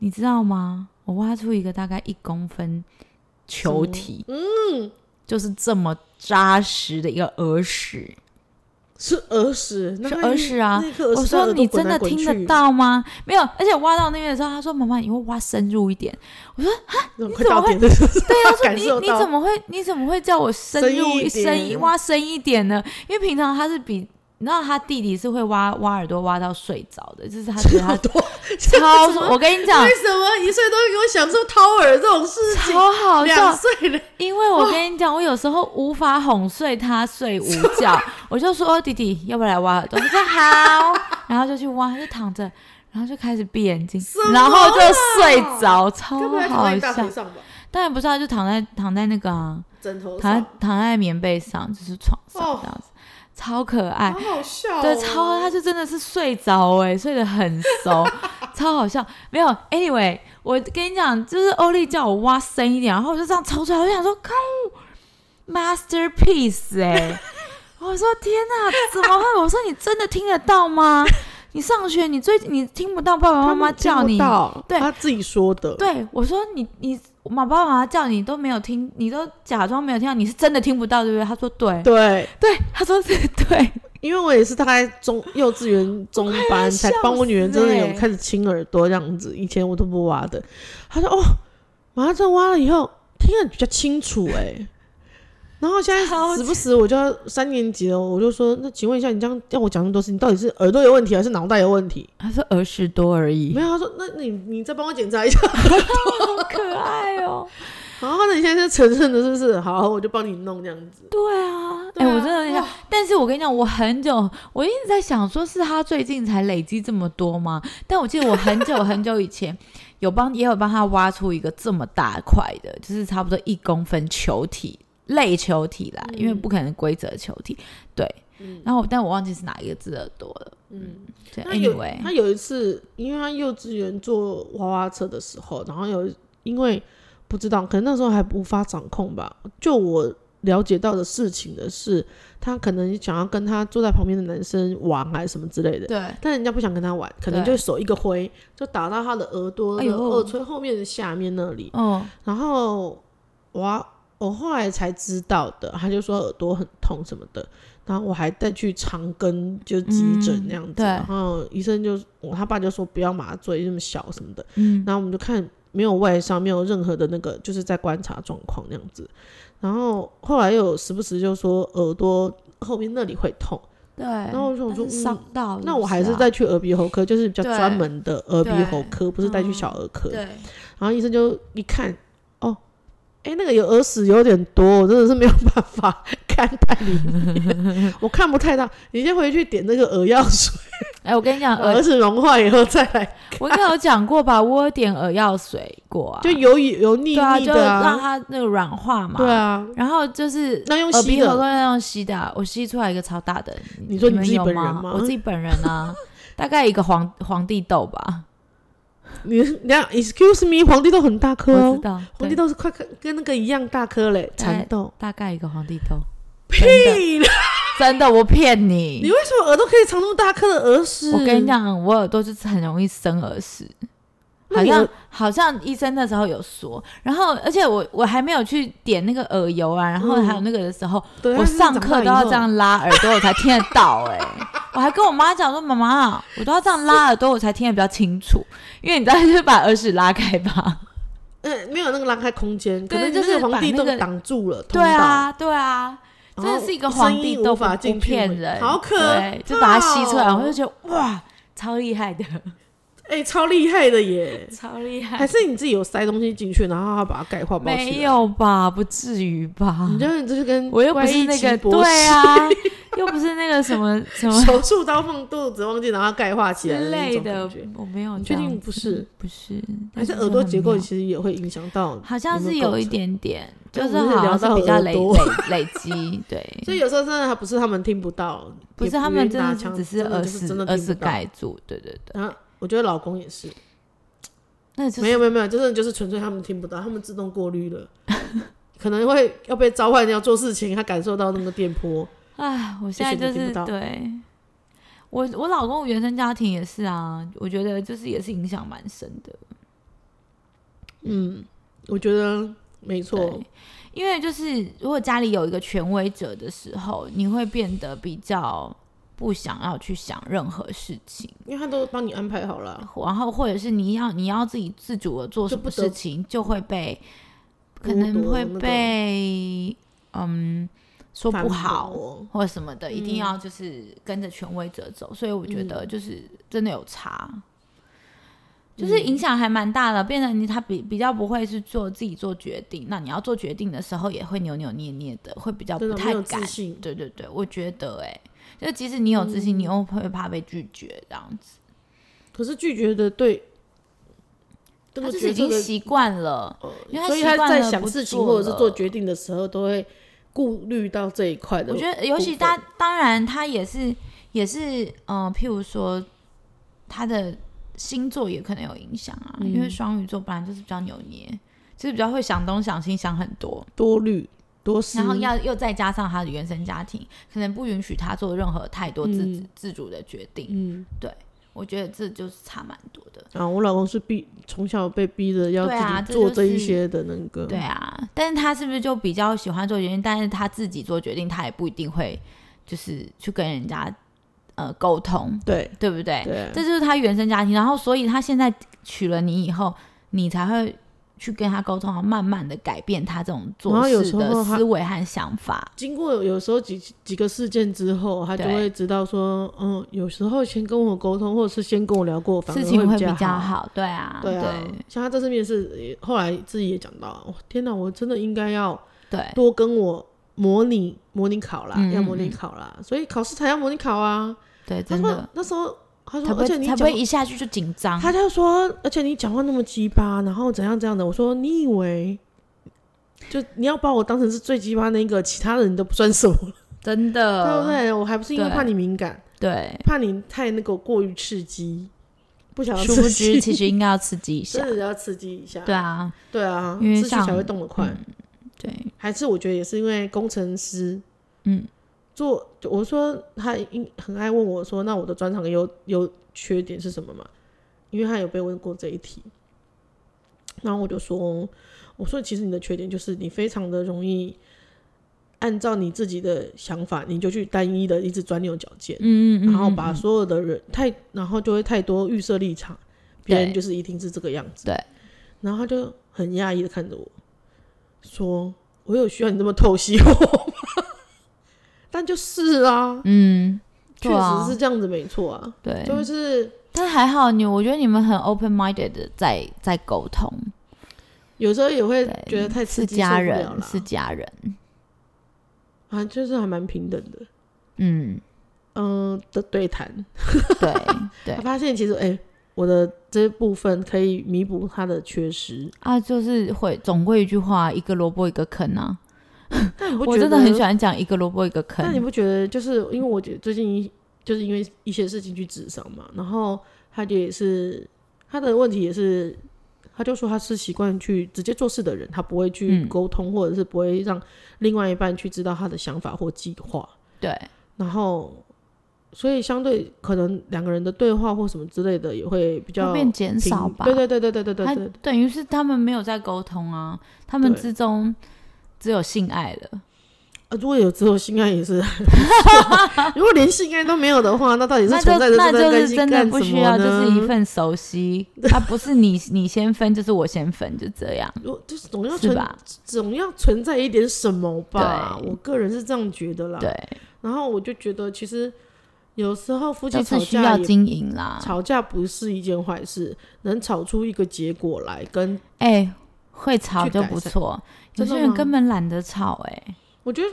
S2: 你知道吗？我挖出一个大概一公分球
S1: 什么
S2: 体，
S1: 嗯，
S2: 就是这么扎实的一个耳屎。
S1: 是耳屎，那
S2: 是耳屎啊
S1: 那颗耳
S2: 我
S1: 屎在
S2: 说
S1: 耳朵
S2: 你真的
S1: 滚来滚
S2: 听
S1: 去
S2: 得？到吗？没有，而且挖到那边的时候，他说：“妈妈，你会挖深入一点。
S1: 那种
S2: 你
S1: 快
S2: 怎么
S1: 到点的时 候，
S2: 对啊，说
S1: 感
S2: 你
S1: 受
S2: 你
S1: 到
S2: 怎么会你怎么会叫我深入
S1: 深一
S2: 一
S1: 点
S2: 深一挖深一点呢？因为平常他是比你知道他弟弟是会挖挖耳朵挖到睡着的，就是他觉得
S1: 好
S2: 他
S1: 多
S2: 超
S1: 这 怎么
S2: 我跟你讲
S1: 为什么一岁都给我享受掏耳这种事情？
S2: 超好笑
S1: 两，岁了，
S2: 因为我跟你讲，我有时候无法哄睡他睡午 觉，我就说、哦弟弟，要不要来挖耳朵？他说好， 然后就去挖，他就躺着，然后就开始闭眼睛
S1: 么，啊
S2: 然后就睡着，超
S1: 该不会在躺在
S2: 好
S1: 你大腿
S2: 笑。
S1: 上吧？
S2: 当然不是，啊他就躺在躺在那个啊，
S1: 枕头
S2: 躺
S1: 上
S2: 在，躺在棉被上，就是床上
S1: 哦
S2: 这样子，超可爱
S1: 好。好笑哦。
S2: 对，超他就真的是睡着哎、睡得很熟， 超好笑。没有，anyway，我跟你讲，就是欧丽叫我挖深一点，然后我就这样抽出来，我就想说，靠，masterpiece 哎、我说天哪，怎么会？我说你真的听得到吗？你上学你最你听不到爸爸妈妈叫你，
S1: 到，
S2: 对
S1: 他自己说的，
S2: 对我说你你妈爸妈妈叫你都没有听，你都假装没有听到，你是真的听不到对不对？他说对，
S1: 对，
S2: 对，他说是对，
S1: 因为我也是大概中幼稚园中班才帮我女儿真的有开始清耳朵这样子，以前我都不挖的。她说哦，马上这挖了以后听得比较清楚哎、然后现
S2: 好
S1: 在时不时我就要三年级了，我就说那请问一下，你这样要我讲那么多事，你到底是耳朵有问题还是脑袋有问题？
S2: 他说儿时多而已
S1: 没，有，她说那你你再帮我检查一下。
S2: 好可爱哦。
S1: 然后呢，你现在是承认的，是不是？好，我就帮你弄这样子。
S2: 对啊，哎、
S1: 对啊
S2: 我真的很想，但是我跟你讲，我很久，我一直在想，说是他最近才累积这么多吗？但我记得我很久很久以前有帮，也有帮他挖出一个这么大块的，就是差不多一公分球体类球体啦，因为不可能规则球体，对。然后，但我忘记是哪一个字耳朵了。
S1: 嗯，
S2: 对
S1: 他有
S2: ，anyway，
S1: 他有一次，因为他幼稚园坐娃娃车的时候，然后有因为不知道，可能那时候还无法掌控吧。就我了解到的事情的是，他可能想要跟他坐在旁边的男生玩还是什么之类的，
S2: 对，
S1: 但人家不想跟他玩，可能就
S2: 对
S1: 手一个挥，就打到他的耳朵、
S2: 哎呦
S1: 耳垂后面的下面那里。
S2: 哦，
S1: 然后我我后来才知道的，他就说耳朵很痛什么的，然后我还带去长庚就急诊那样子，
S2: 嗯对
S1: 然后医生就我他爸就说不要麻醉这么小什么的，
S2: 嗯，
S1: 然后我们就看没有外伤，没有任何的那个，就是在观察状况那样子，然后后来又有时不时就说耳朵后面那里会痛，
S2: 对。
S1: 然
S2: 然
S1: 后我就想说
S2: 伤
S1: 嗯
S2: 到是不啊、
S1: 那我还是带去耳鼻喉科，就是比较
S2: 对嗯
S1: 专门的耳鼻
S2: 对
S1: 喉科，不是带去小儿科。
S2: 对，
S1: 然后医生就一看，哦，哎，那个有耳屎有点多，我真的是没有办法 看太里面，我看不太到。你先回去点那个耳药 水，
S2: 哎、我跟你讲，
S1: 把耳
S2: 耳，
S1: 屎融化以后再来，
S2: 我应该有讲 过吧？我有点耳药水过啊，
S1: 就油油腻
S2: 对啊，
S1: 腻
S2: 就
S1: 的
S2: 让
S1: 啊，
S2: 它那个软化嘛。
S1: 对。啊。
S2: 然后就是
S1: 那用
S2: 耳
S1: 吸
S2: 鼻喉
S1: 的，
S2: 科那种吸的啊，我吸出来一个超大的。
S1: 你说你
S2: 们
S1: 自己
S2: 有
S1: 本人
S2: 吗
S1: 吗？
S2: 我自己本人 啊，大概一个黄黄帝豆吧，
S1: 你你看，excuse me，皇帝豆很大颗
S2: 我知
S1: 哦，
S2: 道。
S1: 皇
S2: 对
S1: 帝豆是快跟跟那个一样大颗嘞，
S2: 大概
S1: 蚕豆。
S2: 大概一个黄帝豆，真的
S1: 屁啦！
S2: 真的，我骗你
S1: 你。为什么耳朵可以藏那么大颗的耳屎？
S2: 我跟你，讲，我耳朵就是很容易生耳屎，
S1: 那
S2: 好
S1: 你
S2: 像
S1: 耳
S2: 好像医生那时候有说，然后而且我我还没有去点那个耳油啊，然后
S1: 嗯
S2: 还有那个的时候，
S1: 对
S2: 我
S1: 它是
S2: 上
S1: 长
S2: 课
S1: 大
S2: 都
S1: 以
S2: 要
S1: 后
S2: 这样拉耳朵，我才听得到哎、 我还跟我妈讲说，妈妈，我都要这样拉耳朵，我才听得比较清楚。因为你知道，就是把耳屎拉开 吧。
S1: 嗯，没有那个拉开空间，可
S2: 对
S1: 能
S2: 就是
S1: 那个
S2: 把
S1: 皇帝
S2: 那
S1: 豆
S2: 个
S1: 挡住了，通
S2: 对
S1: 道，
S2: 啊，对啊，真的是一个皇帝都
S1: 无法进
S2: 不
S1: 去，
S2: 骗人，
S1: 好可哦
S2: 对，就把它吸出来，我就觉得哇，超厉 害的，
S1: 哎、超厉害的 耶！
S2: 超厉
S1: 还
S2: 害。
S1: 是你自己有塞东西进去，然后它把它钙化包起来？
S2: 没，有吧？不至于吧
S1: 你？就是这就跟
S2: 我又不是那
S1: 怪
S2: 个，
S1: 异奇博士
S2: 对啊，又不是那个什么什么
S1: 手术刀放肚子忘记拿它钙化起来
S2: 之
S1: 那
S2: 类
S1: 种
S2: 的
S1: 感觉，
S2: 我没有
S1: 你确
S2: 这样子。
S1: 定不是？
S2: 不是，
S1: 还
S2: 但
S1: 是
S2: 是
S1: 耳朵
S2: 很
S1: 结构
S2: 妙
S1: 其实也会影响到，
S2: 好像是
S1: 有没有
S2: 有
S1: 构
S2: 一
S1: 成
S2: 点点，就
S1: 但
S2: 是
S1: 我们是
S2: 好像
S1: 聊
S2: 是
S1: 到
S2: 比较
S1: 耳
S2: 累
S1: 朵
S2: 累累积，对，
S1: 所以有时候真的还不是他们听不到，
S2: 不
S1: 也
S2: 是他们
S1: 愿意
S2: 真
S1: 拿
S2: 的是
S1: 枪
S2: 只是
S1: 真的
S2: 耳
S1: 就是
S2: 屎
S1: 真的
S2: 耳
S1: 听
S2: 屎
S1: 不到。
S2: 盖住，对对对，
S1: 然后我觉得老公也是，
S2: 那就是
S1: 没有没有没有，真的就是纯粹他们听不到，他们自动过滤了，可能会要被召唤要做事情，他感受到那个电波，
S2: 唉，我现
S1: 也
S2: 在
S1: 许
S2: 就
S1: 你听不
S2: 是
S1: 到
S2: 对。我我老公原生家庭也是啊，我觉得就是也是影响蛮深的，
S1: 嗯，我觉得没错
S2: 对，，因为就是如果家里有一个权威者的时候，你会变得比较不想要去想任何事情，
S1: 因为他都帮你安排好了，
S2: 然后或者是你要你要自己自主的做什
S1: 就不
S2: 么
S1: 得
S2: 事情，就会被可
S1: 剥
S2: 能
S1: 夺
S2: 会
S1: 那个
S2: 被嗯说
S1: 反
S2: 不好哦
S1: 驳
S2: 或什么的，一定
S1: 嗯
S2: 要就是跟着权威者走，所以我觉得就是真的有差。就是嗯影响还蛮大的，变成你他比比较不会是做自己做决定，那你要做决定的时候也会扭扭捏捏的，会比较
S1: 真
S2: 不
S1: 的没
S2: 太
S1: 有
S2: 敢
S1: 自。信，
S2: 对对对，我觉得哎、就即使你有自信，你又会怕被拒绝这样子。
S1: 可是拒绝的对，这
S2: 他
S1: 个
S2: 就是
S1: 决
S2: 已经
S1: 策的
S2: 习惯了，
S1: 呃
S2: 因为他
S1: 所以
S2: 习
S1: 他
S2: 惯
S1: 在
S2: 了
S1: 想
S2: 不
S1: 事情
S2: 做
S1: 或者是做
S2: 了
S1: 决定的时候，都会顾虑到这一块的。
S2: 我觉得，尤其
S1: 部分
S2: 他当然他也是也是嗯、呃譬如说他的星座也可能有影响啊，
S1: 嗯
S2: 因为双鱼座本来就是比较扭捏，就是比较会想东想西，想很多，
S1: 多虑多思，
S2: 然后要又再加上他的原生家庭可能不允许他做任何太多自、
S1: 嗯
S2: 自主的决定，
S1: 嗯，
S2: 对，我觉得这就是差蛮多的。
S1: 啊，我老公是逼从小被逼着要
S2: 对啊
S1: 自己
S2: 这
S1: 做
S2: 就
S1: 这一
S2: 是
S1: 些的那个，
S2: 对啊，但是他是不是就比较喜欢做决定？但是他自己做决定，他也不一定会就是去跟人家呃沟通，
S1: 对
S2: 对不对？
S1: 对
S2: 这就是他原生家庭，然后所以他现在娶了你以后，你才会去跟他沟通，然后慢慢的改变他这种
S1: 然
S2: 做
S1: 后有
S2: 事
S1: 时候
S2: 的
S1: 他
S2: 思维和想法。
S1: 经过有有时候几几个事件之后，他就
S2: 对
S1: 会知道说，嗯，有时候先跟我沟通，或者是先跟我聊过，反而
S2: 事情
S1: 会
S2: 比较
S1: 好。
S2: 好，对啊，
S1: 对啊，像他这次面试，也后来自己也讲到，哇天哪，我真的应该要
S2: 对
S1: 多跟我模拟模拟考啦，
S2: 嗯
S1: 要模
S2: 嗯
S1: 拟
S2: 嗯
S1: 考啦，所以考试才要模拟考啊。
S2: 对，
S1: 他
S2: 真
S1: 说
S2: 的，
S1: 那时候他
S2: 才
S1: 说，
S2: 不会
S1: 而且你
S2: 才
S1: 讲
S2: 不会一下去就紧张，
S1: 他就说，而且你讲话那么鸡巴，然后怎样怎样的。我说，你以为就你要把我当成是最鸡巴那个，其他人都不算什么，
S2: 真
S1: 对
S2: 的，
S1: 不对？我还不是因为
S2: 对
S1: 怕你敏感，
S2: 对
S1: 怕你太那个过于刺激，不想要
S2: 殊不
S1: 刺 激，啊
S2: 知其实应该要刺激一下
S1: 真，的要刺激一下。
S2: 对啊，
S1: 对啊，
S2: 因为
S1: 刺激
S2: 像嗯
S1: 才会动得快。
S2: 对，
S1: 还是我觉得也是因为工程师，
S2: 嗯，
S1: 做我说他应很爱问我说，那我的专长优优缺点是什么嘛？因为他有被问过这一题，然后我就说，我说其实你的缺点就是你非常的容易按照你自己的想法，你就去单一的一直钻牛角尖，
S2: 嗯嗯嗯，
S1: 然后
S2: 嗯
S1: 把
S2: 嗯
S1: 所有的人太，然后就会太多预设立场，别人
S2: 对
S1: 就是一定是这个样子。
S2: 对，
S1: 然后他就很讶异的看着我，说：“我有需要你这么透析我吗？” 但就是啊，
S2: 嗯，
S1: 确
S2: 对啊
S1: 实是这样子，没错啊，
S2: 对，
S1: 就是
S2: 但还好你，我觉得你们很 open minded 的在在沟通，
S1: 有时候也会
S2: 对
S1: 觉得太刺
S2: 是
S1: 激受不
S2: 家
S1: 了
S2: 人，
S1: 啦，
S2: 是家人，
S1: 啊，就是还蛮平等的，
S2: 嗯，
S1: 嗯、的对谈，
S2: 对对
S1: 他发现其实哎、我的这部分可以弥补他的缺失，
S2: 啊，就是会总归一句话，一个萝卜一个坑啊。
S1: 但你不觉得
S2: 我真的很喜欢讲一个萝卜一个
S1: 但你
S2: 坑，
S1: 不觉得就是因为我觉得最近一就是因为一些事情去智商嘛，然后他就也是他的问题也是，他就说他是习惯去直接做事的人，他不会去
S2: 嗯
S1: 沟通，或者是不会让另外一半去知道他的想法或计划，
S2: 对
S1: 然后所以相对可能两个人的对话或什么之类的也会比较
S2: 会变减
S1: 平
S2: 少吧
S1: 对对对对对对对
S2: 他
S1: 对，
S2: 等于是他们没有在沟通啊，他们
S1: 对
S2: 之中只有性爱了。
S1: 啊如果有之后性爱也 是 还不错，如果连性爱都没有的话，那到底是
S2: 那就
S1: 存在着
S2: 那
S1: 这段关
S2: 就是
S1: 系
S2: 真的
S1: 干
S2: 不
S1: 什
S2: 需
S1: 么
S2: 要，
S1: 呢？
S2: 就是一份熟悉，啊，不是你你先分，就是我先分，就这样，
S1: 如就是总要
S2: 是
S1: 存
S2: 吧？
S1: 总要存在一点什么吧，
S2: 对
S1: 我个人是这样觉得啦。
S2: 对，
S1: 然后我就觉得其实有时候夫
S2: 就
S1: 妻
S2: 是
S1: 吵
S2: 需要
S1: 架也
S2: 经营啊啦。
S1: 吵架不是一件坏事，能吵出一个结果来，跟
S2: 哎、会吵
S1: 去
S2: 就
S1: 改
S2: 不
S1: 善
S2: 错，有
S1: 真的
S2: 些人
S1: 吗
S2: 根本懒得吵、哎，
S1: 我觉得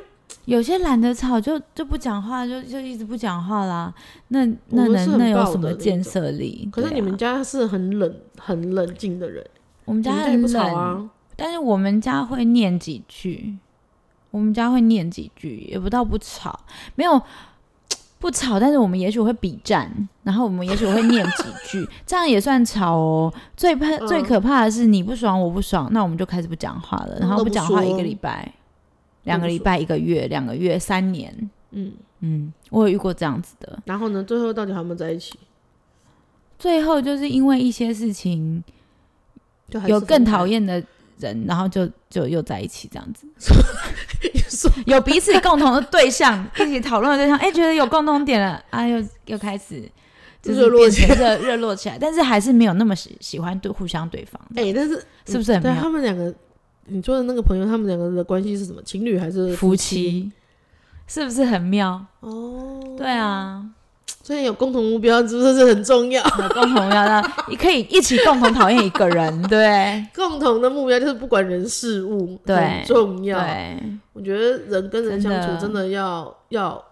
S2: 有些懒得吵就就不讲话，就就一直不讲话啦。那
S1: 我
S2: 那
S1: 们是
S2: 能
S1: 很
S2: 那有
S1: 暴
S2: 什
S1: 的
S2: 么
S1: 那
S2: 建
S1: 种
S2: 设力？
S1: 可是
S2: 对
S1: 你们
S2: 啊
S1: 家是很冷、很冷静的人，
S2: 我们
S1: 你
S2: 家
S1: 们家也
S2: 很
S1: 不吵
S2: 冷，
S1: 啊。
S2: 但是我们家会念几句，我们家会念几句，也不到不吵，没有不吵，但是我们也许会比战，然后我们也许会念几 句，这样也算吵哦。最怕、
S1: 嗯
S2: 最可怕的是你不爽我不爽，那我们就开始不讲话了，然后
S1: 都
S2: 不
S1: 不
S2: 讲话一
S1: 说
S2: 个礼拜，两个礼拜，一个月，两个月，三年，
S1: 嗯，
S2: 嗯，我有遇过这样子的。
S1: 然后呢，最后到底还有没有在一起？
S2: 最后就是因为一些事情，
S1: 就还是
S2: 有
S1: 分
S2: 更
S1: 开
S2: 讨，厌的人，然后就就又在一起这样 子。
S1: 说
S2: 有彼此共同的对象，一起讨论的对象，哎、觉得有共同点了啊，又又开始就是
S1: 热络
S2: 变
S1: 起
S2: 成热热络起来，但是还是没有那么喜喜欢对互相对方，
S1: 哎、但是
S2: 是不是很
S1: 对
S2: 妙？
S1: 他们两个，你说的那个朋友，他们两个的关系是什么？情侣还是
S2: 夫妻是不是很妙？
S1: 哦，
S2: 对啊，
S1: 所以有共同目标，是不是很重要？
S2: 有共同要让你可以一起共同讨厌一个人， 对
S1: 共同的目标就是不管人事物，
S2: 对
S1: 很重要。
S2: 对，
S1: 我觉得人跟人
S2: 真
S1: 相
S2: 的
S1: 处真的要要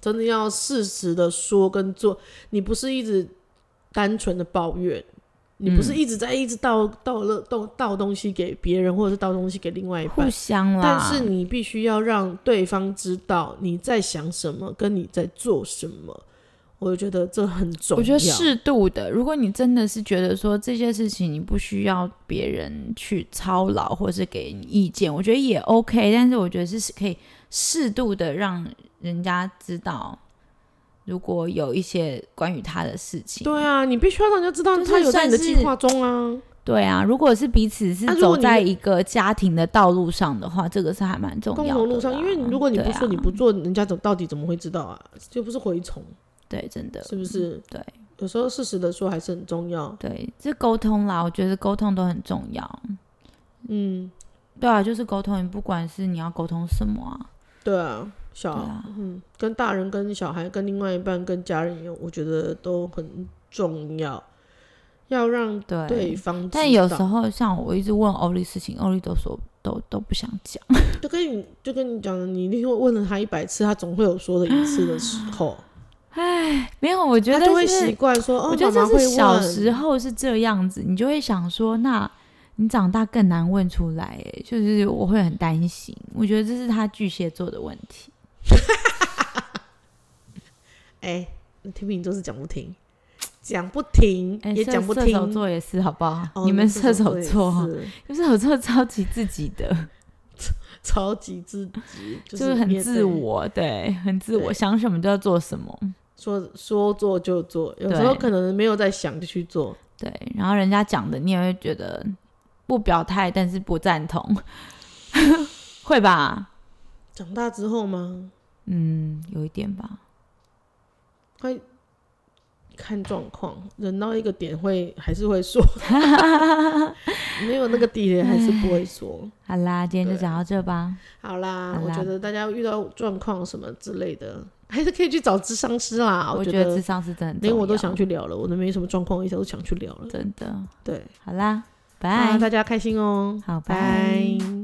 S1: 真的要适时的说跟做，你不是一直单纯的抱怨，你
S2: 嗯
S1: 不是一直在一直倒倒了倒倒东西给别人，或者是倒东西给另外一
S2: 互
S1: 半。
S2: 相啦
S1: 但。是你必须要让对方知道你在想什么，跟你在做什么。我觉得这很重要。
S2: 我觉得适度的。如果你真的是觉得说这些事情你不需要别人去操劳或是给你意见，我觉得也 OK。但是我觉得是可以适度的让人家知道如果有一些关于他的事情，
S1: 对啊，你必须要让人家知道
S2: 就是
S1: 他有在你的
S2: 算
S1: 计
S2: 是
S1: 划中啊。
S2: 对啊，如果是彼此是
S1: 啊如果
S2: 走
S1: 你
S2: 在一个家庭的道路上的话，这个是还蛮重要
S1: 共
S2: 的啦。
S1: 同路上，因为如果你不
S2: 对啊
S1: 说你不做，人家怎到底怎么会知道啊？就不是蛔虫，
S2: 对，真的
S1: 是不是？
S2: 嗯对
S1: 有时候适时的说还是很重要。
S2: 对，这沟通啦，我觉得沟通都很重要。
S1: 嗯，
S2: 对啊，就是沟通，你不管是你要沟通什么啊，
S1: 对啊，小、
S2: 对啊
S1: 嗯，跟大人、跟小孩、跟另外一半、跟家人一样，我觉得都很重要，要让
S2: 对。
S1: 对方知道。
S2: 但有时候像我一直问欧丽事情，欧丽都说都都不想讲。
S1: 就跟你就跟你讲，你一定会问了他一百次，他总会有说的一次的时候，
S2: 没有，嗯我觉
S1: 他
S2: 得
S1: 就会
S2: 是
S1: 习惯说哦，
S2: 我觉得
S1: 妈妈
S2: 这
S1: 会
S2: 是小时
S1: 问
S2: 候是这样子，你就会想说，那你长大更难问出来，哎，就是我会很担心。我觉得这是他巨蟹座的问题。
S1: 哎，你听不听就是讲不听，讲不停
S2: 哎，
S1: 也
S2: 射
S1: 讲不
S2: 射手
S1: 听。
S2: 座也是，好不好？
S1: 哦
S2: 你们
S1: 射手
S2: 射手
S1: 也
S2: 座哦哈，
S1: 是
S2: 就射手座超级自己的，
S1: 超级自 己，就
S2: 就是是很
S1: 面
S2: 自
S1: 对，
S2: 我，对，很自我，
S1: 对
S2: 想什么就要做什么，
S1: 说说做就做，有时候
S2: 对
S1: 可能没有在想就去做，
S2: 对。然后人家讲的，你也会觉得不表态，但是不赞同， 会吧？
S1: 长大之后吗？
S2: 嗯，有一点吧。
S1: 会看状况，忍到一个点会还是会 说，没有那个底点还是不会说。
S2: 好啦，今天就
S1: 对
S2: 讲到这吧。
S1: 好啦，
S2: 好啦
S1: 我觉得大家遇到状况什么之类的，还是可以去找智商师啦。
S2: 我
S1: 觉
S2: 觉得智商是真的很重要，
S1: 连我都想去聊了，我都没什么状况，一直都想去聊了。
S2: 真的。
S1: 对，
S2: 好啦，
S1: 啊
S2: 拜，
S1: 大家开心哦，
S2: 好，拜
S1: 拜。